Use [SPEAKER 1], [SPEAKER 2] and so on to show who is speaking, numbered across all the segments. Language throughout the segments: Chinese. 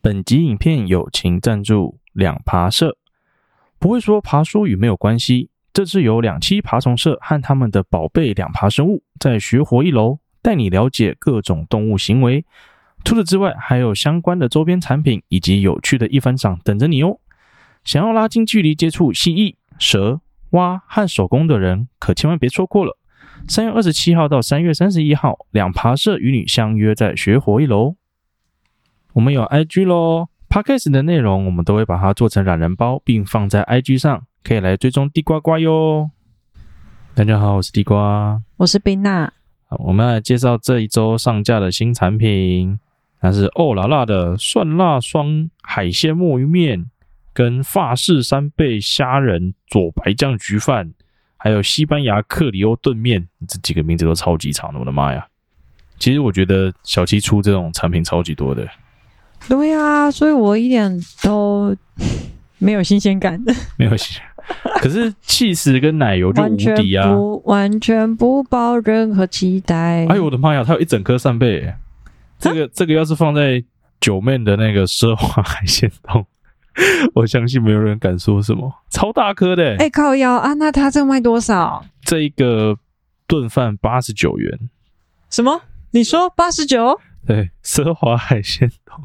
[SPEAKER 1] 本集影片友情赞助两爬社，不会说爬书与没有关系。这次有两栖爬虫社和他们的宝贝两爬生物在学活一楼带你了解各种动物行为。除此之外，还有相关的周边产品以及有趣的一番赏等着你哦。想要拉近距离接触蜥蜴、蛇、蛙和手工的人，可千万别错过了。三月二十七号到三月三十一号，两爬社与你相约在学活一楼。我们有 IG 咯 p o d c a s 的内容我们都会把它做成懒人包，并放在 IG 上，可以来追踪地瓜瓜哟。大家好，我是地瓜，
[SPEAKER 2] 我是冰娜，
[SPEAKER 1] 好我们要来介绍这一周上架的新产品，那是欧拉拉的蒜辣双海鲜墨鱼面，跟法式三贝虾仁佐白酱焗饭，还有西班牙克里欧炖面，这几个名字都超级长的，我的妈呀！其实我觉得小七出这种产品超级多的，
[SPEAKER 2] 对啊，所以我一点 都没有新鲜感，
[SPEAKER 1] 没有写。 可是气势跟奶油就无
[SPEAKER 2] 完全
[SPEAKER 1] 敌啊！
[SPEAKER 2] 不完全不抱任何期待。
[SPEAKER 1] 哎呦我的妈呀，它有一整颗扇贝耶！这
[SPEAKER 2] 啊
[SPEAKER 1] 个这个要是放在九妹的那个奢华海鲜冻， 我相信没有人敢说什么。超大颗的耶，
[SPEAKER 2] 哎、靠腰啊，那它这卖多少？
[SPEAKER 1] 这一个炖饭八十九元，
[SPEAKER 2] 什么？你说八十 九，
[SPEAKER 1] 对，奢华海鲜冻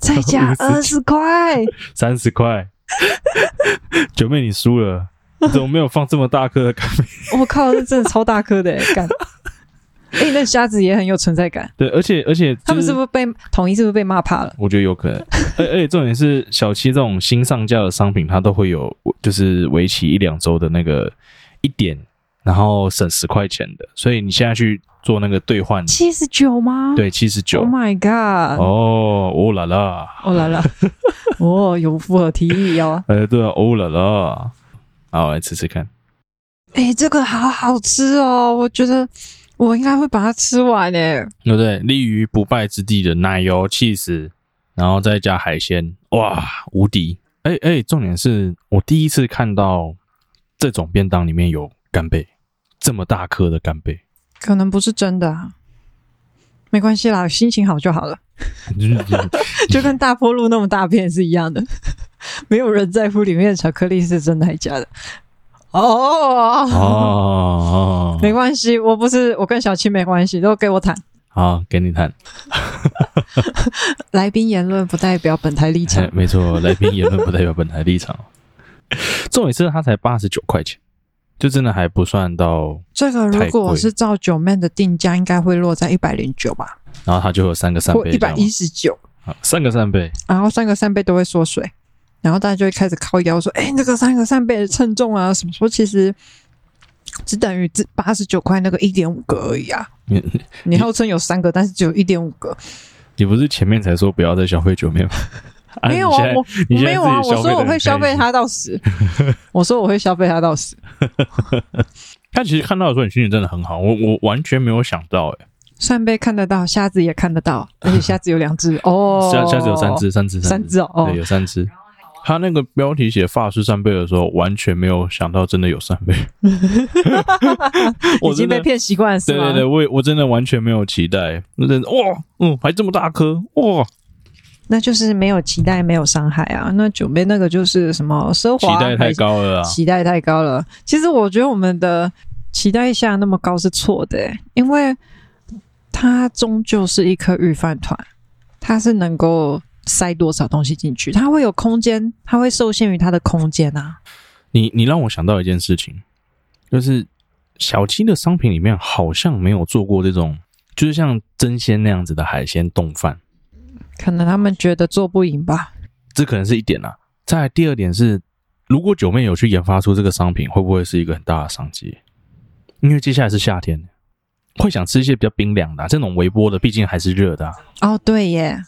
[SPEAKER 2] 再加二十块，
[SPEAKER 1] 三十块。 九妹你输了，你怎么没有放这么大颗的干贝？
[SPEAKER 2] 我靠，这真的超大颗的、 欸，干！哎、那虾子也很有存在感。
[SPEAKER 1] 对，而且而且、就是、
[SPEAKER 2] 他们是不是被统一是不是被骂怕了？
[SPEAKER 1] 我觉得有可能，而而且重点是小七这种新上架的商品，它都会有就是为期一两周的那个一点，然后省十块钱的，所以你现在去做那个兑换，
[SPEAKER 2] 七十九吗？
[SPEAKER 1] 对，七十九
[SPEAKER 2] ，Oh。my god！
[SPEAKER 1] 哦，哦啦啦，
[SPEAKER 2] 哦来 了，哦有符合提议哦。
[SPEAKER 1] 哎，对啊，哦啦啦，好，来吃吃看。
[SPEAKER 2] 哎、这个好好吃哦！我觉得我应该会把它吃完诶。
[SPEAKER 1] 对不对？立于不败之地的奶油、气死，然后再加海鲜，哇，无敌！哎哎，重点是我第一次看到这种便当里面有干贝，这么大颗的干贝，
[SPEAKER 2] 可能不是真的啊，没关系啦，心情好就好了， 就跟大坡路那么大片是一样的，没有人在乎里面的巧克力是真的还假的。哦，
[SPEAKER 1] 哦，
[SPEAKER 2] 没关系，我不是我跟小七没关系，都给我谈。
[SPEAKER 1] 好，给你看，
[SPEAKER 2] 来宾言论不代表本台立场
[SPEAKER 1] 哎，没错，来宾言论不代表本台立场。重点是它才八十九块钱，就真的还不算到，
[SPEAKER 2] 这个
[SPEAKER 1] 太
[SPEAKER 2] 如果
[SPEAKER 1] 贵
[SPEAKER 2] 是照九妹的定价，应该会落在一百零九吧，
[SPEAKER 1] 然后它就有三个扇
[SPEAKER 2] 或
[SPEAKER 1] 贝
[SPEAKER 2] 一
[SPEAKER 1] 这
[SPEAKER 2] 百
[SPEAKER 1] 样吗，
[SPEAKER 2] 一十九。
[SPEAKER 1] 好三个扇贝，
[SPEAKER 2] 然后三个扇贝都会缩水，然后大家就会开始靠腰说：“哎、那个三个扇贝的称重啊，什么说其实只等于这八十九块那个一点五个而已啊。
[SPEAKER 1] 你
[SPEAKER 2] 你号称有三个，但是只有一点五个，
[SPEAKER 1] 你不是前面才说不要再消费酒面吗？啊
[SPEAKER 2] 没有
[SPEAKER 1] 你现
[SPEAKER 2] 啊
[SPEAKER 1] 在，
[SPEAKER 2] 我
[SPEAKER 1] 你现在
[SPEAKER 2] 没有啊，
[SPEAKER 1] 自己消
[SPEAKER 2] 我
[SPEAKER 1] 费
[SPEAKER 2] 说
[SPEAKER 1] 得
[SPEAKER 2] 我
[SPEAKER 1] 很
[SPEAKER 2] 会消
[SPEAKER 1] 开
[SPEAKER 2] 费
[SPEAKER 1] 心
[SPEAKER 2] 它到死，我说我会消费它到死，
[SPEAKER 1] 他其实看到的时候，你心情真的很好，我我完全没有想到、欸，
[SPEAKER 2] 扇贝看得到，虾子也看得到，而且虾子有两 只哦，
[SPEAKER 1] 下下次有三，只，三只，
[SPEAKER 2] 三
[SPEAKER 1] 只，
[SPEAKER 2] 只哦，哦
[SPEAKER 1] 对，有三只。他那个标题写法式扇贝的时候，完全没有想到真的有扇贝，我
[SPEAKER 2] 已经
[SPEAKER 1] 真的
[SPEAKER 2] 被。骗习惯了是
[SPEAKER 1] 对
[SPEAKER 2] 吗？
[SPEAKER 1] 对对，我也我真的完全没有期待，真的哇，嗯，还这么大颗哇，
[SPEAKER 2] 那就是没有期待，没有伤害啊。那九妹那个就是什么奢
[SPEAKER 1] 期
[SPEAKER 2] 华，
[SPEAKER 1] 待太高了啊！
[SPEAKER 2] 期待太高了。其实我觉得我们的期待下那么高是错的、欸，因为它终究是一颗预饭团，它是能够塞多少东西进去，它会有空间，它会受限于它的空间啊。
[SPEAKER 1] 你你让我想到一件事情，就是小七的商品里面好像没有做过这种，就是像真鲜那样子的海鲜冻饭。
[SPEAKER 2] 可能他们觉得做不赢吧，
[SPEAKER 1] 这可能是一点啦。再来第二点是，如果九妹有去研发出这个商品，会不会是一个很大的商机？因为接下来是夏天，会想吃一些比较冰凉的啊、这种微波的，毕竟还是热的啊、
[SPEAKER 2] 哦，对耶，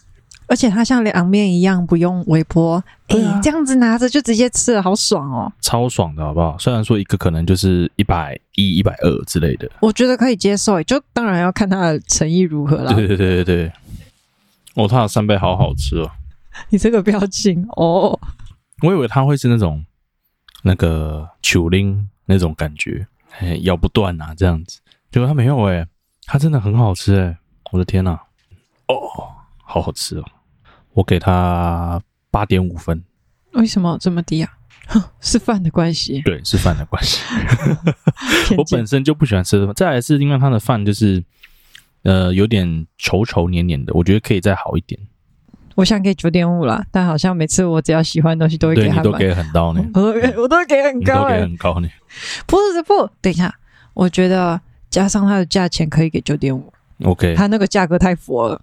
[SPEAKER 2] 而且它像凉面一样不用微波，哎、
[SPEAKER 1] 对啊
[SPEAKER 2] 这样子拿着就直接吃了，好爽哦！
[SPEAKER 1] 超爽的好不好？虽然说一个可能就是一百一、一百二之类的，
[SPEAKER 2] 我觉得可以接受耶，欸就当然要看它的诚意如何啦。
[SPEAKER 1] 对对对对对。哦，它的扇贝好好吃哦！
[SPEAKER 2] 你这个表情哦，
[SPEAKER 1] 我以为它会是那种那个球令那种感觉，哎，咬不断啊这样子，结果它没有哎、欸啊它真的很好吃哎、我的天呐、哦，好好吃哦！我给他八点五分，
[SPEAKER 2] 为什么这么低啊？ 哼是饭的关系，
[SPEAKER 1] 对，是饭的关 系。
[SPEAKER 2] 偏
[SPEAKER 1] 我
[SPEAKER 2] 见
[SPEAKER 1] 本身就不喜欢吃这饭，再来是因为它的饭就是呃有点稠稠黏黏的，我觉得可以再好一点。
[SPEAKER 2] 我想给九点五啦，但好像每次我只要喜欢的东西都会
[SPEAKER 1] 对
[SPEAKER 2] 给
[SPEAKER 1] 你
[SPEAKER 2] 他
[SPEAKER 1] 都
[SPEAKER 2] 满，
[SPEAKER 1] 给很高呢，
[SPEAKER 2] 我都给我都给很
[SPEAKER 1] 你
[SPEAKER 2] 高
[SPEAKER 1] 都
[SPEAKER 2] 哎、
[SPEAKER 1] 给很高呢。
[SPEAKER 2] 不是不，等一下，我觉得加上它的价钱可以给九点五，
[SPEAKER 1] OK
[SPEAKER 2] 它那个价格太佛了。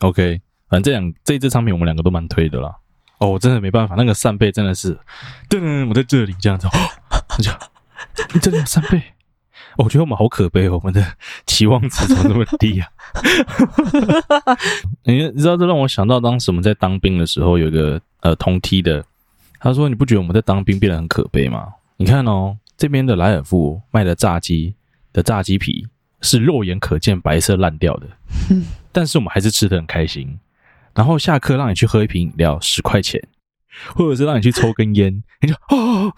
[SPEAKER 1] OK，反正这两这一支商品我们两个都蛮推的啦。哦，我真的没办法，那个扇贝真的是，噔，我在这里这样子，哦，我就真的有扇贝。哦我觉得我们好可悲哦，我们的期望值怎么那么低啊？ 你你知道这让我想到当时我们在当兵的时候，有一个呃同梯的，他说你不觉得我们在当兵变得很可悲吗？你看哦，这边的莱尔富卖的炸鸡的炸鸡皮是肉眼可见白色烂掉的，但是我们还是吃的很开心。然后下课让你去喝一瓶饮料，十块钱，或者是让你去抽根烟， 你就哦，哦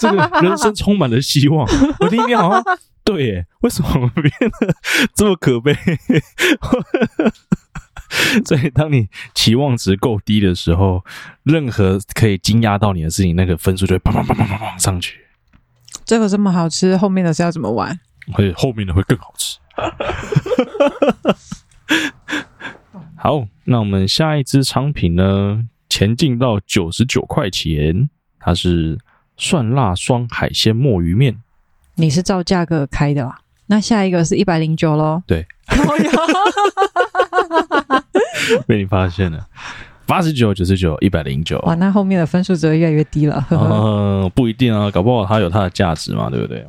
[SPEAKER 1] 这个人生充满了希望。我听听好像对耶，为什么我们变得这么可悲？ 所以，当你期望值够低的时候，任何可以惊讶到你的事情，那个分数就会砰砰砰砰砰砰上去，
[SPEAKER 2] 这个这么好吃，后面的是要怎么玩？
[SPEAKER 1] 会后面的会更好吃。 好，那我们下一支商品呢，前进到九十九块钱，它是蒜辣双海鲜墨鱼面。
[SPEAKER 2] 你是照价格开的啦。那下一个是一百零九喽。
[SPEAKER 1] 对，
[SPEAKER 2] 靠腰
[SPEAKER 1] 被你发现了，八十九、九十九、一百零九。
[SPEAKER 2] 哇，那后面的分数只会越来越低了。呵呵
[SPEAKER 1] 嗯，不一定啊，搞不好它有它的价值嘛，对不对？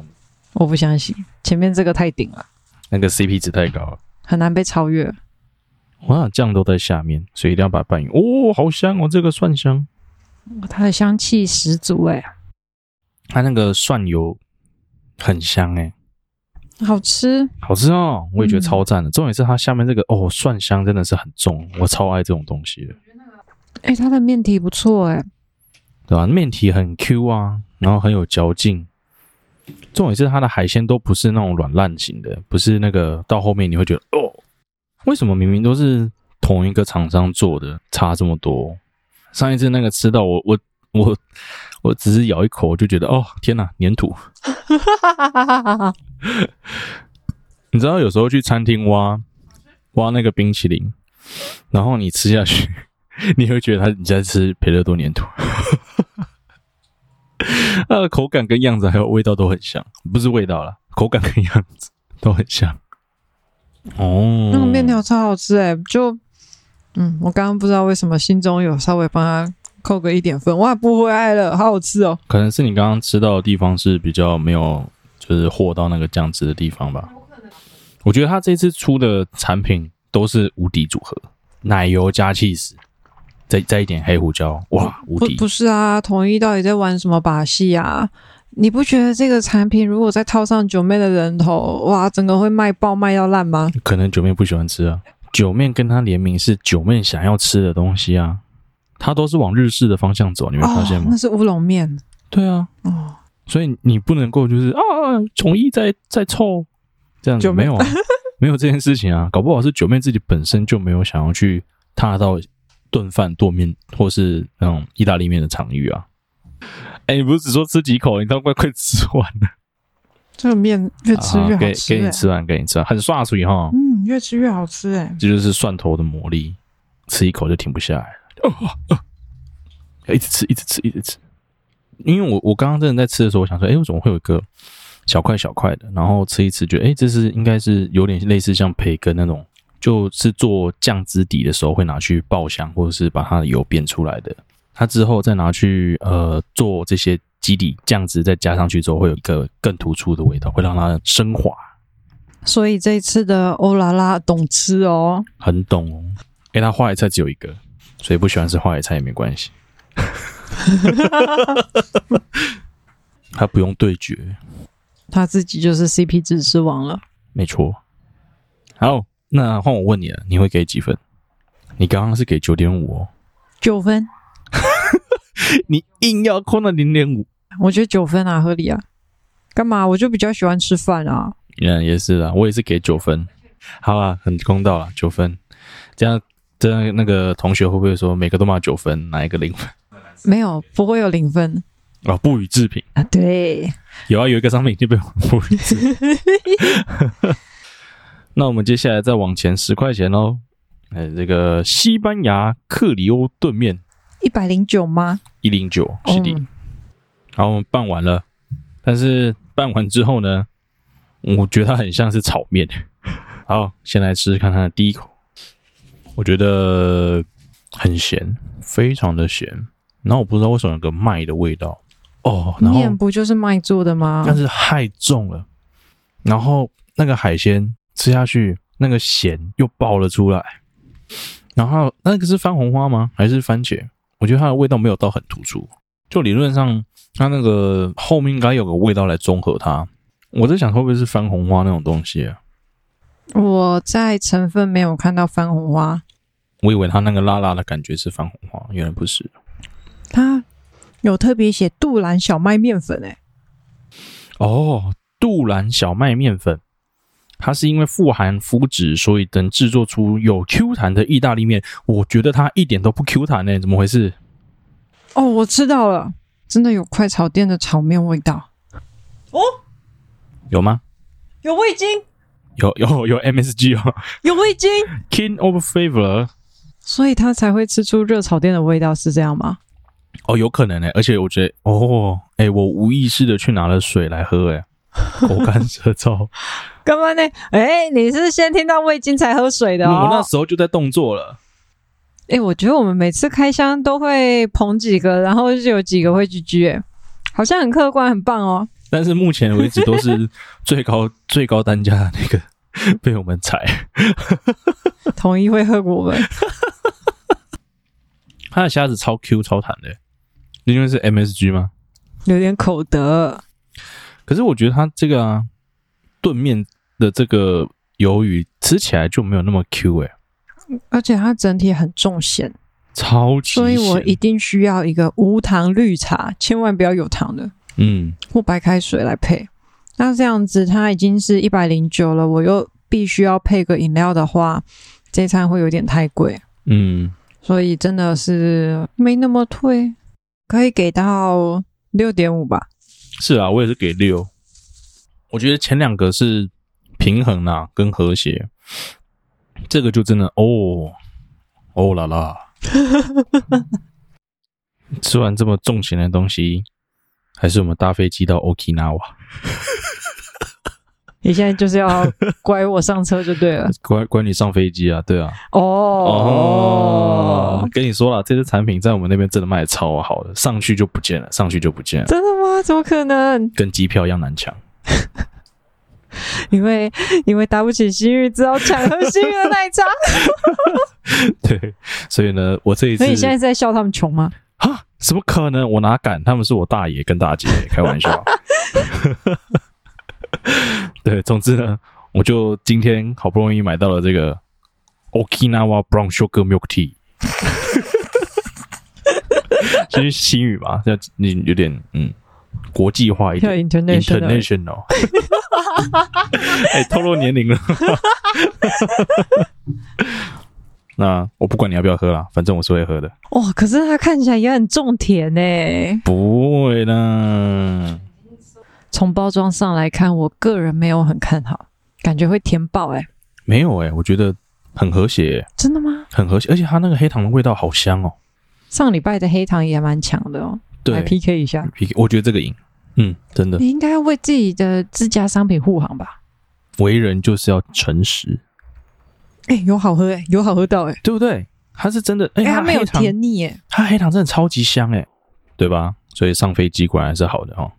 [SPEAKER 2] 我不相信，前面这个太顶了，
[SPEAKER 1] 那个 CP 值太高了，
[SPEAKER 2] 很难被超越。
[SPEAKER 1] 哇，酱都在下面，所以一定要把它拌匀。哦，好香哦，这个蒜香，
[SPEAKER 2] 它的香气十足哎、
[SPEAKER 1] 它那个蒜油很香哎、
[SPEAKER 2] 好吃。
[SPEAKER 1] 好吃哦，我也觉得
[SPEAKER 2] 嗯
[SPEAKER 1] 超赞的。重点是它下面这个哦，蒜香真的是很重，我超爱这种东西的，
[SPEAKER 2] 哎、它的面体不错哎、
[SPEAKER 1] 对吧、面体很 Q 啊，然后很有嚼劲。重点是它的海鲜都不是那种软烂型的，不是那个到后面你会觉得哦，为什么明明都是同一个厂商做的，差这么多？上一次那个吃到我我我我只是咬一口，我就觉得哦天哪，粘土！你知道有时候去餐厅挖挖那个冰淇淋，然后你吃下去， 你会觉得它你在吃培乐多粘土， 它的口感跟样子还有味道都很像，不是味道啦，口感跟样子都很像。哦，
[SPEAKER 2] 那个面条超好吃哎、就嗯，我刚刚不知道为什么心中有稍微帮它扣个一点分，哇，不回来了，好好吃哦。
[SPEAKER 1] 可能是你刚刚吃到的地方是比较没有，就是和到那个酱汁的地方吧。我觉得他这次出的产品都是无敌组合，奶油加 cheese，再再一点黑胡椒，哇，无
[SPEAKER 2] 不
[SPEAKER 1] 敌！
[SPEAKER 2] 不是啊，统一到底在玩什么把戏啊？你不觉得这个产品如果再套上九妹的人头，哇，整个会卖爆卖到烂吗？
[SPEAKER 1] 可能九妹不喜欢吃啊，九妹跟他联名是九妹想要吃的东西啊，他都是往日式的方向走，你没发现
[SPEAKER 2] 哦
[SPEAKER 1] 吗？
[SPEAKER 2] 那是乌龙面
[SPEAKER 1] 对啊，
[SPEAKER 2] 哦，
[SPEAKER 1] 所以你不能够就是啊，统一在在凑这样子，
[SPEAKER 2] 九妹
[SPEAKER 1] 没有 啊，没有这件事情啊，搞不好是九妹自己本身就没有想要去踏到炖饭、剁面或是那种意大利面的场域啊。哎、你不是只说吃几口，你都快快吃完了，
[SPEAKER 2] 这个面越吃越
[SPEAKER 1] 啊
[SPEAKER 2] 好
[SPEAKER 1] 给
[SPEAKER 2] 吃、
[SPEAKER 1] 给
[SPEAKER 2] 欸
[SPEAKER 1] 你吃完，给你吃完，很刷嘴哈，
[SPEAKER 2] 嗯，越吃越好吃哎、
[SPEAKER 1] 这就是蒜头的魔力，吃一口就停不下来了，哦哦哦，一直吃，一直吃，一直吃。因为我我刚刚真的在吃的时候，我想说，哎，我怎么会有一个小块小块的？然后吃一吃，觉得哎，这是应该是有点类似像培根那种，就是做酱汁底的时候会拿去爆香，或者是把它的油煸出来的。它之后再拿去呃做这些基底酱汁，再加上去之后，会有一个更突出的味道，会让它升华。
[SPEAKER 2] 所以这一次的欧啦啦懂吃哦，
[SPEAKER 1] 很懂哦。诶，他花椰菜只有一个，所以不喜欢吃花椰菜也没关系。 他不用对决，
[SPEAKER 2] 他自己就是 CP 值之王了。
[SPEAKER 1] 没错。好，那换我问你了，你会给几分？你刚刚是给九点五哦，
[SPEAKER 2] 九分，
[SPEAKER 1] 你硬要扣那零点五，
[SPEAKER 2] 我觉得九分啊，合理啊。干嘛？我就比较喜欢吃饭啊。
[SPEAKER 1] 嗯，也是啦，我也是给九分。好啦，很公道啦，九分。这样这那个同学会不会说每个都满九分，哪一个零分？
[SPEAKER 2] 没有，不会有零分
[SPEAKER 1] 哦，不予置评。
[SPEAKER 2] 啊。对，
[SPEAKER 1] 有啊，有一个商品已经被我们不予置评。 那我们接下来再往前十块钱喽。哎，这个西班牙克里欧炖面
[SPEAKER 2] 一百零九吗？
[SPEAKER 1] 一零九是的。
[SPEAKER 2] 嗯
[SPEAKER 1] 然后我们拌完了，但是拌完之后呢，我觉得它很像是炒面。好，先来吃吃看它的第一口，我觉得很咸，非常的咸。然后我不知道为什么有个麦的味道哦，然后
[SPEAKER 2] 面不就是麦做的吗？
[SPEAKER 1] 但是太重了，然后那个海鲜吃下去，那个咸又爆了出来。然后那个是番红花吗？还是番茄？我觉得它的味道没有到很突出，就理论上它那个后面应该有个味道来中和它。我在想会不会是番红花那种东西、啊？
[SPEAKER 2] 我在成分没有看到番红花，
[SPEAKER 1] 我以为它那个辣辣的感觉是番红花，原来不是。
[SPEAKER 2] 它有特别写杜兰小麦面粉、欸，
[SPEAKER 1] 哦，杜兰小麦面粉，它是因为富含麸质，所以能制作出有 Q 弹的意大利面。我觉得它一点都不 Q 弹呢、怎么回事？
[SPEAKER 2] 哦，我知道了，真的有快炒店的炒面味道，
[SPEAKER 1] 有吗？
[SPEAKER 2] 哦有味精，
[SPEAKER 1] 有有有 MSG 哦
[SPEAKER 2] 有味精，
[SPEAKER 1] ，King of Flavor
[SPEAKER 2] 所以它才会吃出热炒店的味道，是这样吗？
[SPEAKER 1] 哦，有可能呢、而且我觉得，哦，哎、我无意识的去拿了水来喝、欸，哎，口干舌燥。
[SPEAKER 2] 干嘛呢？哎、你是先听到味精才喝水的
[SPEAKER 1] 我那
[SPEAKER 2] 哦。
[SPEAKER 1] 时候就在动作了。
[SPEAKER 2] 哎、我觉得我们每次开箱都会捧几个，然后就有几个会 GG，、哎，好像很客观，很棒 哦。
[SPEAKER 1] 但是目前为止都是最高最高单价的那个被我们踩，
[SPEAKER 2] 统一会喝我们，
[SPEAKER 1] 它的虾子超 Q 超弹的、欸因为是 MSG 吗？
[SPEAKER 2] 有点口德。
[SPEAKER 1] 可是我觉得它这个啊，炖面的这个鱿鱼吃起来就没有那么 Q 哎、
[SPEAKER 2] 而且它整体很重咸，
[SPEAKER 1] 超级咸。
[SPEAKER 2] 所以我一定需要一个无糖绿茶，千万不要有糖的
[SPEAKER 1] 嗯，
[SPEAKER 2] 或白开水来配。那这样子，它已经是一百零九了，我又必须要配个饮料的话，这餐会有点太贵，
[SPEAKER 1] 嗯，
[SPEAKER 2] 所以真的是没那么退，可以给到六点五吧。
[SPEAKER 1] 是啊，我也是给六。我觉得前两个是平衡啊，跟和谐，这个就真的哦哦啦啦。 吃完这么重咸的东西，还是我们搭飞机到 Okinawa，
[SPEAKER 2] 你现在就是要拐我上车就对 了。
[SPEAKER 1] 关关你上飞机啊，对啊，
[SPEAKER 2] 哦，
[SPEAKER 1] 跟你说了，这支产品在我们那边真的卖的超好的，上去就不见了，上去就不见了，
[SPEAKER 2] 真的吗？怎么可能？
[SPEAKER 1] 跟机票一样难 抢。
[SPEAKER 2] 因为因为打不起西域，只好抢喝西域的奶茶。
[SPEAKER 1] 对，所以呢，我这一次
[SPEAKER 2] 所以你 现在是在笑他们穷吗？
[SPEAKER 1] 啊，怎么可能？我哪敢？他们是我大爷跟大姐，开玩笑。 对，总之呢，我就今天好不容易买到了这个 Okinawa Brown Sugar Milk Tea。其实新语嘛，要你有点嗯国际化一
[SPEAKER 2] 要
[SPEAKER 1] 点。international，
[SPEAKER 2] international，
[SPEAKER 1] 哎、透露年龄了。 那我不管你要不要喝啦，反正我是会喝的。
[SPEAKER 2] 哇、可是它看起来也很种田呢、
[SPEAKER 1] 不会啦，
[SPEAKER 2] 从包装上来看，我个人没有很看好，感觉会甜爆哎、
[SPEAKER 1] 没有哎、我觉得很和谐、
[SPEAKER 2] 真的吗？
[SPEAKER 1] 很和谐，而且它那个黑糖的味道好香哦。
[SPEAKER 2] 上礼拜的黑糖也蛮强的哦，
[SPEAKER 1] 对
[SPEAKER 2] 来 PK 一下。
[SPEAKER 1] ，PK，我觉得这个赢。嗯，真的，
[SPEAKER 2] 你应该要为自己的自家商品护航吧？
[SPEAKER 1] 为人就是要诚实，
[SPEAKER 2] 哎、有好喝哎、有好喝到哎、
[SPEAKER 1] 对不对？它是真的，哎、
[SPEAKER 2] 哎、它没有
[SPEAKER 1] 黑糖
[SPEAKER 2] 甜腻哎、
[SPEAKER 1] 它黑糖真的超级香哎、对吧？所以上飞机果然是好的哦。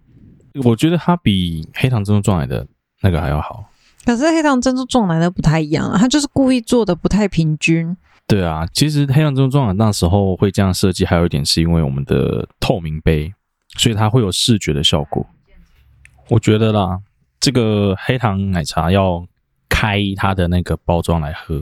[SPEAKER 1] 我觉得它比黑糖珍珠撞奶的那个还要好。
[SPEAKER 2] 可是黑糖珍珠撞奶的不太一样、啊，它就是故意做的不太平均。
[SPEAKER 1] 对啊，其实黑糖珍珠撞奶那时候会这样设计，还有一点是因为我们的透明杯，所以它会有视觉的效果。我觉得啦，这个黑糖奶茶要开它的那个包装来喝，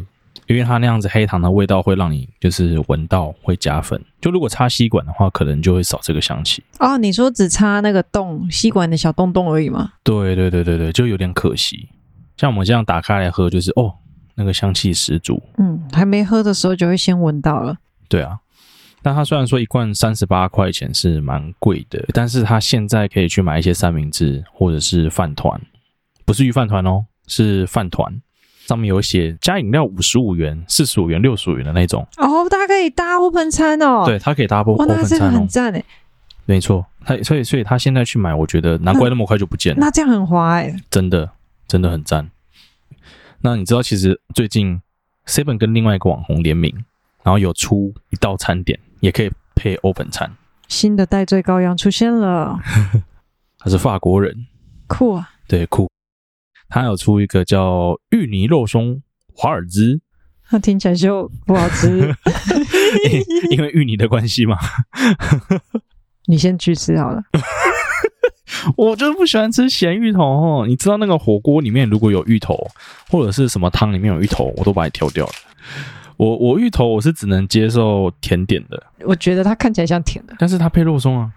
[SPEAKER 1] 因为它那样子黑糖的味道会让你就是闻到会加分。就如果插吸管的话，可能就会少这个香气。
[SPEAKER 2] 哦，你说只插那个洞，吸管的小洞洞而已吗？
[SPEAKER 1] 对对对对对，就有点可惜。像我们这样打开来喝，就是哦，那个香气十足。
[SPEAKER 2] 嗯，还没喝的时候就会先闻到了。
[SPEAKER 1] 对啊，但它虽然说一罐三十八块钱是蛮贵的，但是它现在可以去买一些三明治或者是饭团，不是鱼饭团哦，是饭团，上面有写加饮料五十五元、四十五元、六十五元的那种。
[SPEAKER 2] 哦，它可以搭 open 餐哦。，
[SPEAKER 1] 对，它可以 double
[SPEAKER 2] 哇，那
[SPEAKER 1] open
[SPEAKER 2] 这个
[SPEAKER 1] 餐
[SPEAKER 2] 很
[SPEAKER 1] 哦，
[SPEAKER 2] 赞哎，
[SPEAKER 1] 没错。它所以所以它现在去买，我觉得难怪那么快就不见了。
[SPEAKER 2] 那这样很滑哎。
[SPEAKER 1] 真的真的很赞。那你知道，其实最近 Seven 跟另外一个网红联名，然后有出一道餐点，也可以配 open 餐。
[SPEAKER 2] 新的代罪羔羊出现了，
[SPEAKER 1] 他是法国人，
[SPEAKER 2] 酷啊！
[SPEAKER 1] 对，酷。他有出一个叫芋泥肉松华尔 兹，
[SPEAKER 2] 那听起来就不好吃，
[SPEAKER 1] 因为芋泥的关系嘛，
[SPEAKER 2] 你先去吃好了。
[SPEAKER 1] 我就是不喜欢吃咸芋头哦。你知道那个火锅里面如果有芋头，或者是什么汤里面有芋头，我都把它挑掉了。我我芋头我是只能接受甜点的，
[SPEAKER 2] 我觉得它看起来像甜的，
[SPEAKER 1] 但是它配肉松啊，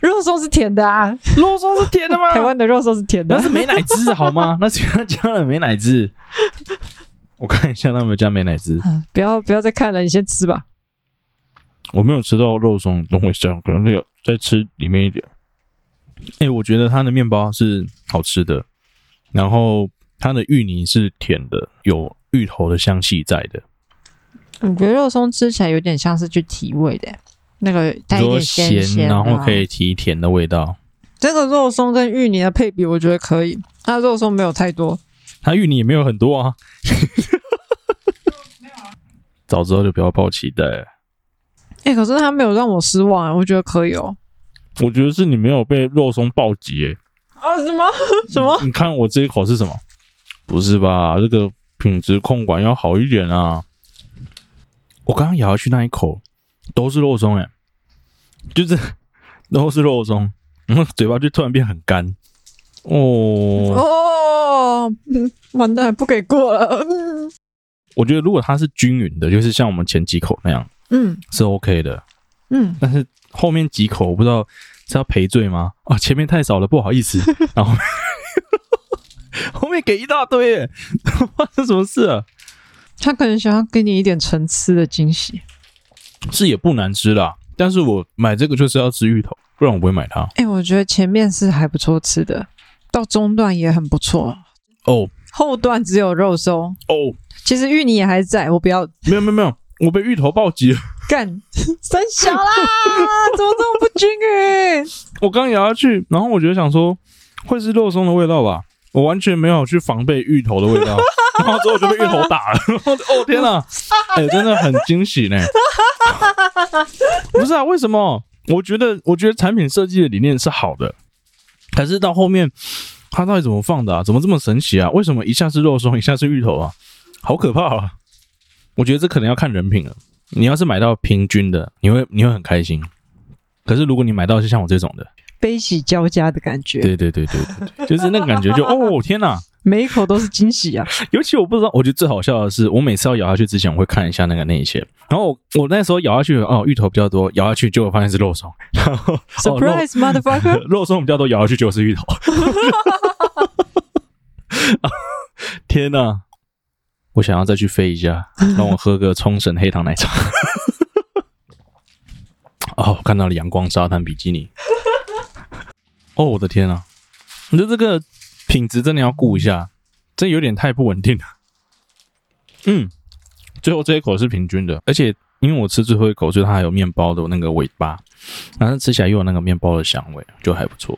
[SPEAKER 2] 肉松是甜的啊，
[SPEAKER 1] 肉松是甜的吗
[SPEAKER 2] 台湾的肉松是甜的啊
[SPEAKER 1] 那是。美乃滋好吗？ 那是他加了美乃滋。我看一下他有没有加美乃滋，
[SPEAKER 2] 啊不要不要再看了，你先吃吧。
[SPEAKER 1] 我没有吃到肉松东西香，可能那个再吃里面一点。哎、我觉得它的面包是好吃的，然后它的芋泥是甜的，有芋头的香气在的，
[SPEAKER 2] 我觉得肉松吃起来有点像是去提味的，那个带一
[SPEAKER 1] 有
[SPEAKER 2] 点咸
[SPEAKER 1] 咸，
[SPEAKER 2] 咸的啊
[SPEAKER 1] 然后可以提甜的味道。
[SPEAKER 2] 这个肉松跟芋泥的配比，我觉得可以。它肉松没有太多，
[SPEAKER 1] 它芋泥也没有很多 啊。早知道就不要抱期待了。
[SPEAKER 2] 哎、可是它没有让我失望、啊，我觉得可以哦。
[SPEAKER 1] 我觉得是你没有被肉松暴击、欸，
[SPEAKER 2] 啊，什么什么？
[SPEAKER 1] 你看我这一口是什么？不是吧？这个品质控管要好一点啊！我刚刚咬下去那一口都是肉松、欸，就是 都是肉松， 然后嘴巴就突然变很干。哦，
[SPEAKER 2] 哦，嗯完蛋，不给过了。嗯
[SPEAKER 1] 我觉得如果它是均匀的，就是像我们前几口那样
[SPEAKER 2] 嗯
[SPEAKER 1] 是 OK 的，
[SPEAKER 2] 嗯，
[SPEAKER 1] 但是后面几口我不知道是要赔罪吗？哦，前面太少了，不好意思，然后 后面给一大堆、欸， 发生什么事啊？
[SPEAKER 2] 他可能想要给你一点层次的惊喜。
[SPEAKER 1] 是也不难吃啦，但是我买这个就是要吃芋头，不然我不会买它。
[SPEAKER 2] 哎、我觉得前面是还不错吃的，到中段也很不错，
[SPEAKER 1] 哦
[SPEAKER 2] 后段只有肉松。
[SPEAKER 1] 哦，
[SPEAKER 2] 其实芋泥也还在，我不要
[SPEAKER 1] 没有没有没有，我被芋头暴击了，
[SPEAKER 2] 干 三小啦，怎么这么不均匀？
[SPEAKER 1] 我刚咬下去，然后我就想说会是肉松的味道吧，我完全没有去防备芋头的味道，然后之后就被芋头打了，然后哦天哪，哎、真的很惊喜呢。不是啊，为什么？我觉得我觉得产品设计的理念是好的，可是到后面它到底怎么放的啊？怎么这么神奇啊？为什么一下是肉松，一下是芋头啊？好可怕啊！我觉得这可能要看人品了。你要是买到平均的，你会你会很开心。可是如果你买到是像我这种的，
[SPEAKER 2] 悲喜交加的感觉，
[SPEAKER 1] 对对对对对，对就是那个感觉就哦天哪！
[SPEAKER 2] 每一口都是惊喜啊！
[SPEAKER 1] 尤其我不知道，我觉得最好笑的是，我每次要咬下去之前，我会看一下那个内馅。然后我我那时候咬下去，哦，芋头比较多，咬下去结果发现是肉松，然后哦肉
[SPEAKER 2] Surprise, motherfucker！
[SPEAKER 1] 肉松比较多，咬下去就是芋头。 天哪！我想要再去飞一下，让我喝个冲绳黑糖奶茶。哦，我看到了阳光沙滩比基尼。哦，我的天啊！你的这个品质真的要顾一下，这有点太不稳定了。嗯，最后这一口是平均的，而且因为我吃最后一口，所以它还有面包的那个尾巴。然后吃起来又有那个面包的香味，就还不错。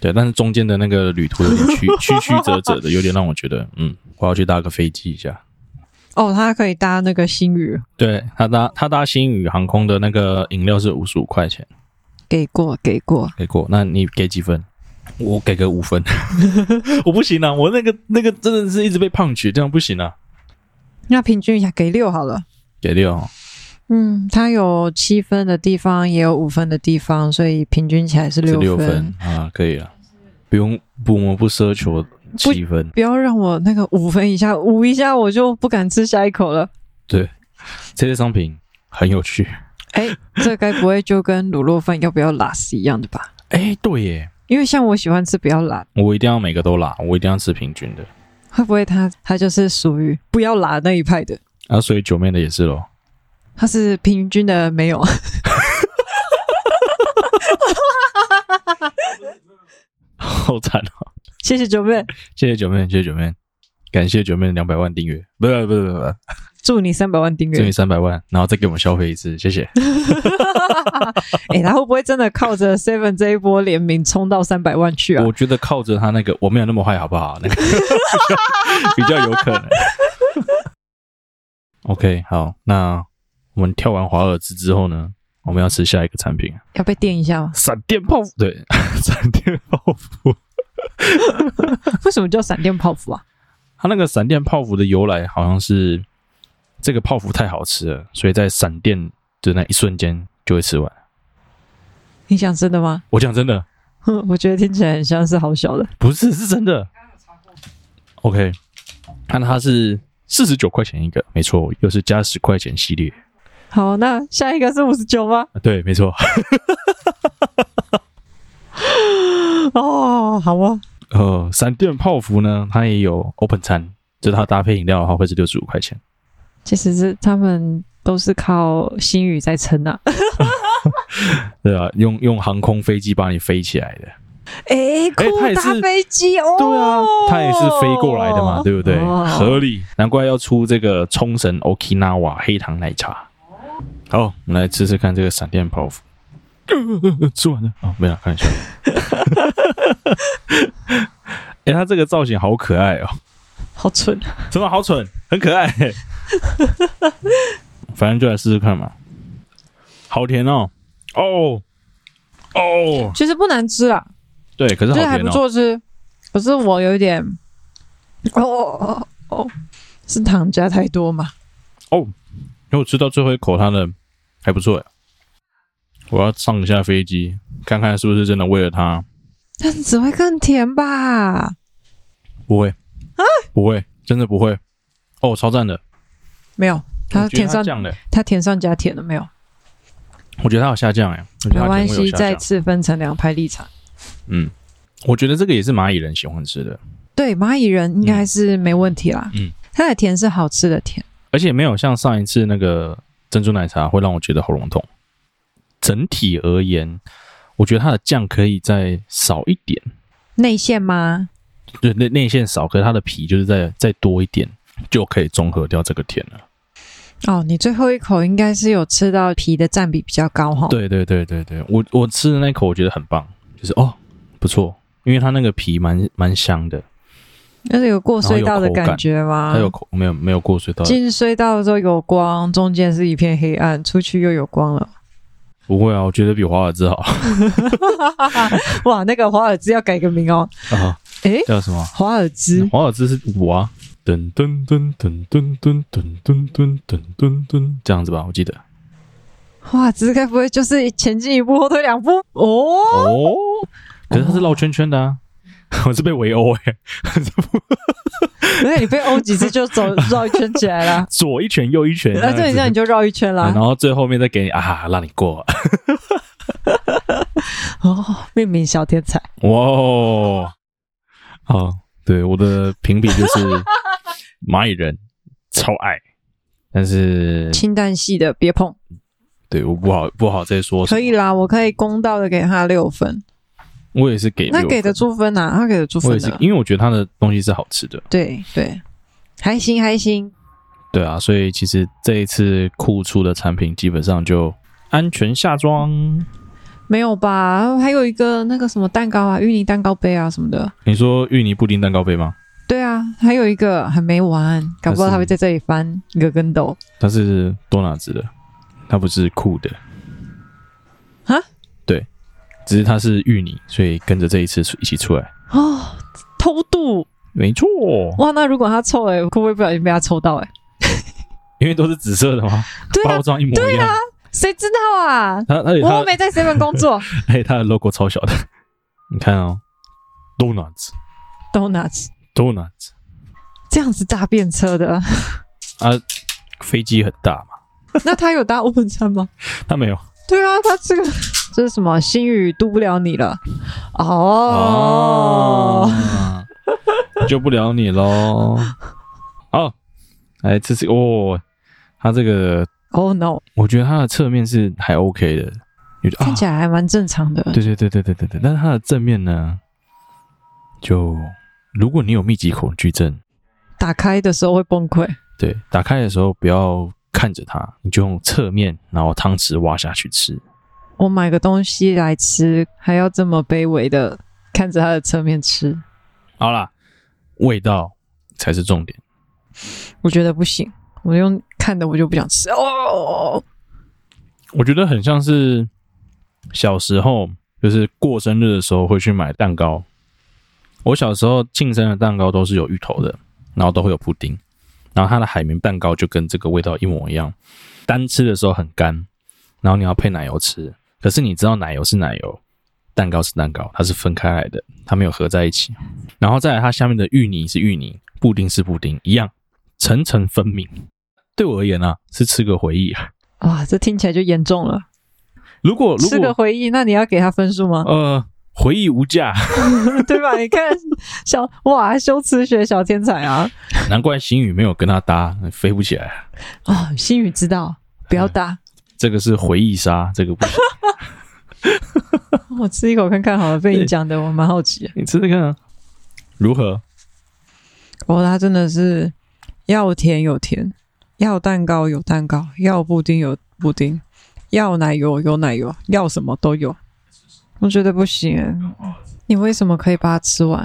[SPEAKER 1] 对，但是中间的那个旅途有点 曲曲曲折折的，有点让我觉得，嗯，我要去搭个飞机一下。
[SPEAKER 2] 哦，它可以搭那个星宇，
[SPEAKER 1] 对他搭他搭星宇航空的那个饮料是五十五块钱，
[SPEAKER 2] 给过给过，
[SPEAKER 1] 给过。那你给几分？我给个五分， 我不行啊，我那个那个真的是一直被胖取，这样不行啊。
[SPEAKER 2] 那平均一下给六好了。
[SPEAKER 1] 给六哦，
[SPEAKER 2] 嗯，它有七分的地方，也有五分的地方，所以平均起来是
[SPEAKER 1] 是
[SPEAKER 2] 六
[SPEAKER 1] 六分啊，可以了，不用不我们不奢求七分，
[SPEAKER 2] 不要让我那个五分以下，五一下我就不敢吃下一口了。
[SPEAKER 1] 这些商品很有趣。
[SPEAKER 2] 哎，这该不会就跟卤肉饭要不要辣是一样的吧？
[SPEAKER 1] 哎，对耶，
[SPEAKER 2] 因为像我喜欢吃不要辣，
[SPEAKER 1] 我一定要每个都辣，我一定要吃平均的。
[SPEAKER 2] 会不会他他就是属于不要拉那一派的？
[SPEAKER 1] 啊，所以九妹的也是咯。
[SPEAKER 2] 他是平均的没有，
[SPEAKER 1] 好惨哦！
[SPEAKER 2] 谢谢九妹，
[SPEAKER 1] 谢谢九妹，谢谢九妹，感谢九妹的两百万订阅，不是不是不是不是，
[SPEAKER 2] 祝你三百万订
[SPEAKER 1] 赠
[SPEAKER 2] 阅
[SPEAKER 1] 你。三百万，然后再给我们消费一次，谢谢。
[SPEAKER 2] 哎、他会不会真的靠着 Seven 这一波联名冲到三百万去啊
[SPEAKER 1] 我？觉得靠着他那个我没有那么坏，好不好？ 那个比较有可能。OK，好，那我们跳完华尔兹之后呢，我们要吃下一个产品，
[SPEAKER 2] 要被电一下 吗？
[SPEAKER 1] 闪电泡芙。对， 闪电泡芙，
[SPEAKER 2] 为什么叫闪电泡芙啊？
[SPEAKER 1] 它那个闪电泡芙的由来好像是这个泡芙太好吃了，所以在闪电的那一瞬间就会吃完。
[SPEAKER 2] 你想真的吗？
[SPEAKER 1] 我讲真的，
[SPEAKER 2] 哼我觉得听起来很像是好小的。
[SPEAKER 1] 不是，是真的。OK，看它是四十九块钱一个，没错，又是加十块钱系列。
[SPEAKER 2] 好，那下一个是五十九吗？
[SPEAKER 1] 啊对，没错。
[SPEAKER 2] 哦，好啊，
[SPEAKER 1] 呃，闪电泡芙呢，它也有 open 餐，就是它搭配饮料的话会是六十五块钱。
[SPEAKER 2] 其实是他们都是靠新宇在撑 啊。
[SPEAKER 1] 对啊，用用航空飞机把你飞起来的。
[SPEAKER 2] 哎、
[SPEAKER 1] 哎他
[SPEAKER 2] 酷
[SPEAKER 1] 也
[SPEAKER 2] 搭
[SPEAKER 1] 是
[SPEAKER 2] 飞机哦，
[SPEAKER 1] 对啊，它也是飞过来的嘛，对不对？
[SPEAKER 2] 哦
[SPEAKER 1] 合理，难怪要出这个冲绳 Okinawa 黑糖奶茶。好，我们来吃吃看这个闪电泡芙。呃 吃完了啊、哦，没了，看一 下。哎、它这个造型好可爱哦，
[SPEAKER 2] 好蠢。
[SPEAKER 1] 怎么好蠢？很可爱、 反正就来试试看嘛。好甜哦，哦哦，
[SPEAKER 2] 其实不难吃啊，
[SPEAKER 1] 对，可是
[SPEAKER 2] 就是
[SPEAKER 1] 好
[SPEAKER 2] 还
[SPEAKER 1] 甜
[SPEAKER 2] 不
[SPEAKER 1] 哦。
[SPEAKER 2] 错吃。可是我有一点，哦哦哦哦，是糖加太多嘛？
[SPEAKER 1] 哦因为我吃到最后一口，它的还不错呀。我要上一下飞机，看看是不是真的为了它。
[SPEAKER 2] 但是只会更甜吧？
[SPEAKER 1] 不会，
[SPEAKER 2] 啊
[SPEAKER 1] 不会，真的不会。哦，超赞的！
[SPEAKER 2] 没有，它
[SPEAKER 1] 我觉得
[SPEAKER 2] 甜上
[SPEAKER 1] 降了，
[SPEAKER 2] 它甜上加甜了没有？
[SPEAKER 1] 我觉得它有下降哎，我觉得
[SPEAKER 2] 没
[SPEAKER 1] 它
[SPEAKER 2] 关
[SPEAKER 1] 甜味有
[SPEAKER 2] 系，
[SPEAKER 1] 下
[SPEAKER 2] 再
[SPEAKER 1] 降。
[SPEAKER 2] 次分成两派立场。
[SPEAKER 1] 嗯，我觉得这个也是蚂蚁人喜欢吃的，
[SPEAKER 2] 对，蚂蚁人应该是没问题啦。
[SPEAKER 1] 嗯，
[SPEAKER 2] 它的甜是好吃的甜，
[SPEAKER 1] 而且没有像上一次那个珍珠奶茶会让我觉得喉咙痛。整体而言，我觉得它的酱可以再少一点，
[SPEAKER 2] 内馅吗？
[SPEAKER 1] 对内内馅少，可是它的皮就是再再多一点，就可以中和掉这个甜了。
[SPEAKER 2] 哦，你最后一口应该是有吃到皮的占比比较高哈。，
[SPEAKER 1] 对对对对对，我我吃的那口我觉得很棒，就是哦不错，因为它那个皮蛮蛮香的，
[SPEAKER 2] 就是有过隧道的感觉吗
[SPEAKER 1] 它？有口没有没有过隧道，
[SPEAKER 2] 进隧道的时候有光，中间是一片黑暗，出去又有光 了。
[SPEAKER 1] 不会啊，我觉得比华尔兹好
[SPEAKER 2] 哇，那个华尔兹要改个名哦。
[SPEAKER 1] 啊，
[SPEAKER 2] 诶，
[SPEAKER 1] 叫什么？
[SPEAKER 2] 华尔兹，
[SPEAKER 1] 华尔兹是舞啊，噔噔噔噔噔噔噔噔噔噔噔噔，这样子吧，我记得
[SPEAKER 2] 华尔兹该不会就是前进一步，后退两步哦？
[SPEAKER 1] 哦，可是它是绕圈圈的啊，我是被围殴哎，
[SPEAKER 2] 那哎你被殴几次就走绕一圈起来 了。
[SPEAKER 1] 左一拳右一拳，
[SPEAKER 2] 那对，
[SPEAKER 1] 样
[SPEAKER 2] 这样你
[SPEAKER 1] 子
[SPEAKER 2] 就绕一圈啦
[SPEAKER 1] 然。后最后面再给你啊，让你过，哎
[SPEAKER 2] 哦，命名小天才。
[SPEAKER 1] 哇、哦，好，对我的评比就是蚂蚁人超爱，但是
[SPEAKER 2] 清淡系的别碰，
[SPEAKER 1] 对我不好不好再说什么
[SPEAKER 2] 可以啦，我可以公道的给他六分，
[SPEAKER 1] 我也是给
[SPEAKER 2] 那
[SPEAKER 1] 六
[SPEAKER 2] 给的
[SPEAKER 1] 分
[SPEAKER 2] 出分呐、他给的出
[SPEAKER 1] 我
[SPEAKER 2] 分
[SPEAKER 1] 也是
[SPEAKER 2] 的，
[SPEAKER 1] 因为我觉得他的东西是好吃的，
[SPEAKER 2] 对对，还行还行，
[SPEAKER 1] 对啊，所以其实这一次酷出的产品基本上就安全下装。
[SPEAKER 2] 没有吧？还有一个那个什么蛋糕啊，芋泥蛋糕杯啊什么的，
[SPEAKER 1] 你说芋泥布丁蛋糕杯吗？
[SPEAKER 2] 对啊，还有一个还没完，搞
[SPEAKER 1] 但
[SPEAKER 2] 不好
[SPEAKER 1] 是
[SPEAKER 2] 他会在这里翻一个跟斗。
[SPEAKER 1] 它是多纳兹的，它不是酷的
[SPEAKER 2] 啊？
[SPEAKER 1] 对，只是它是芋泥，所以跟着这一次一起出来。
[SPEAKER 2] 哦，偷渡
[SPEAKER 1] 没错，
[SPEAKER 2] 哇！那如果他抽哎、欸，会不会不小心被他抽到哎、
[SPEAKER 1] 因为都是紫色的嘛，
[SPEAKER 2] 对啊
[SPEAKER 1] 包，装一模一样。
[SPEAKER 2] 谁知道啊？
[SPEAKER 1] 它它
[SPEAKER 2] 我
[SPEAKER 1] 它
[SPEAKER 2] 没在 seven 工作
[SPEAKER 1] 哎，它的 logo 超小的， 你看哦，donuts
[SPEAKER 2] ，donuts
[SPEAKER 1] donuts
[SPEAKER 2] 这样子大便车 的，
[SPEAKER 1] 啊，飞机很大嘛，
[SPEAKER 2] 那他有搭 open 餐吗？
[SPEAKER 1] 它没有
[SPEAKER 2] 对啊，他这个这是什么？心语渡不了你了。哦，
[SPEAKER 1] 啊救不了你喽。哦，来这是哦，它这个
[SPEAKER 2] Oh no，
[SPEAKER 1] 我觉得它的侧面是还 OK 的，有啊
[SPEAKER 2] 看，起来还蛮正常的。
[SPEAKER 1] 对对对对对对对，但是它的正面呢，就如果你有密集恐惧症，
[SPEAKER 2] 打开的时候会崩溃，
[SPEAKER 1] 对，打开的时候不要看着它，你就用侧面，然后汤匙挖下去吃。
[SPEAKER 2] 我买个东西来吃，还要这么卑微的看着它的侧面吃，
[SPEAKER 1] 好啦，味道才是重点。
[SPEAKER 2] 我觉得不行。我用看的我就不想吃哦。
[SPEAKER 1] 我觉得很像是小时候，就是过生日的时候会去买蛋糕。我小时候庆生的蛋糕都是有芋头的，然后都会有pudding，然后它的海绵蛋糕就跟这个味道一模一样。单吃的时候很干，然后你要配奶油吃，可是你知道奶油是奶油，蛋糕是蛋糕，它是分开来的，它没有合在一起。然后再来，它下面的芋泥是芋泥，布丁是布丁，一样层层分明。对我而言啊，是吃个回忆啊。
[SPEAKER 2] 哇，这听起来就严重了。
[SPEAKER 1] 如果如
[SPEAKER 2] 吃
[SPEAKER 1] 果
[SPEAKER 2] 个回忆，那你要给他分数吗？
[SPEAKER 1] 呃，回忆无价，
[SPEAKER 2] 对吧？你看，小哇，修辞学小天才啊！
[SPEAKER 1] 难怪星宇没有跟他搭，飞不起来。
[SPEAKER 2] 哦，心宇知道，不
[SPEAKER 1] 哎
[SPEAKER 2] 要搭。
[SPEAKER 1] 这个是回忆杀，这个不行。
[SPEAKER 2] 我吃一口看看好了，被你讲的我蛮好奇的。
[SPEAKER 1] 你吃吃看、啊，如何？
[SPEAKER 2] 哦，它真的是要甜有甜，要蛋糕有蛋糕，要布丁有布丁，要奶油有奶油，要什么都有。我觉得不行欸耶，你为什么可以把它吃完？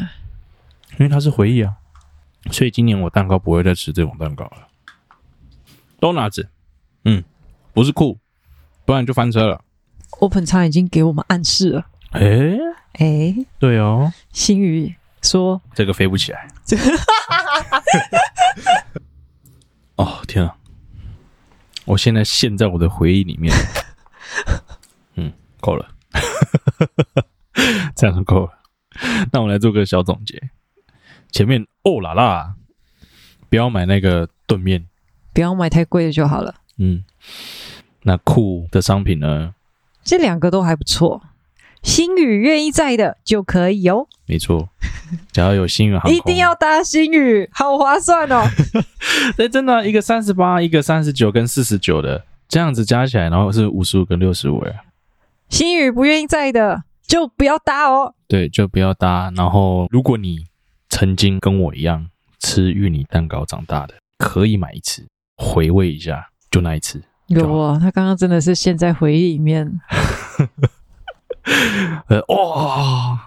[SPEAKER 1] 因为它是回忆啊，所以今年我蛋糕不会再吃这种蛋糕了。Donuts，嗯，不是酷，不然就翻车了。
[SPEAKER 2] Open 差已经给我们暗示了，
[SPEAKER 1] 诶，
[SPEAKER 2] 哎，
[SPEAKER 1] 对哦，
[SPEAKER 2] 心宇说
[SPEAKER 1] 这个飞不起 来。哦天啊！我现在陷在我的回忆里 面。嗯，够了， 这样就够了。那我们来做个小总结。前面哦啦啦，不要买那个炖面。
[SPEAKER 2] 不要买太贵的就好了。
[SPEAKER 1] 嗯，那酷的商品呢？
[SPEAKER 2] 这两个都还不错，星宇愿意在的就可以哦，
[SPEAKER 1] 没 错，只要有星宇航空，
[SPEAKER 2] 一定要搭星宇，好划算 哦。
[SPEAKER 1] 对，真的啊、一个三十八，一个三十九跟四十九的，这样子加起来，然后是五十五跟六十五哎。
[SPEAKER 2] 星宇不愿意在的就不要搭哦。
[SPEAKER 1] 对，就不要搭。然后，如果你曾经跟我一样吃芋泥蛋糕长大的，可以买一次，回味一下，就那一次。
[SPEAKER 2] 有哦，他刚刚真的是陷在回忆里面，
[SPEAKER 1] 呃，哦，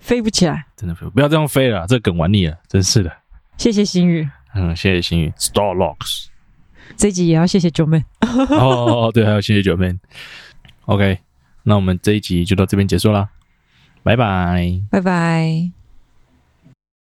[SPEAKER 2] 飞不起来。
[SPEAKER 1] 真的不要这样飞了，这梗玩腻了，真是的。
[SPEAKER 2] 谢谢星宇，
[SPEAKER 1] 嗯，谢谢星宇，Star Locks。
[SPEAKER 2] 这集也要谢谢九妹。
[SPEAKER 1] 哦哦哦，对，还有谢谢九妹。OK，那我们这一集就到这边结束啦，拜拜。
[SPEAKER 2] 拜拜。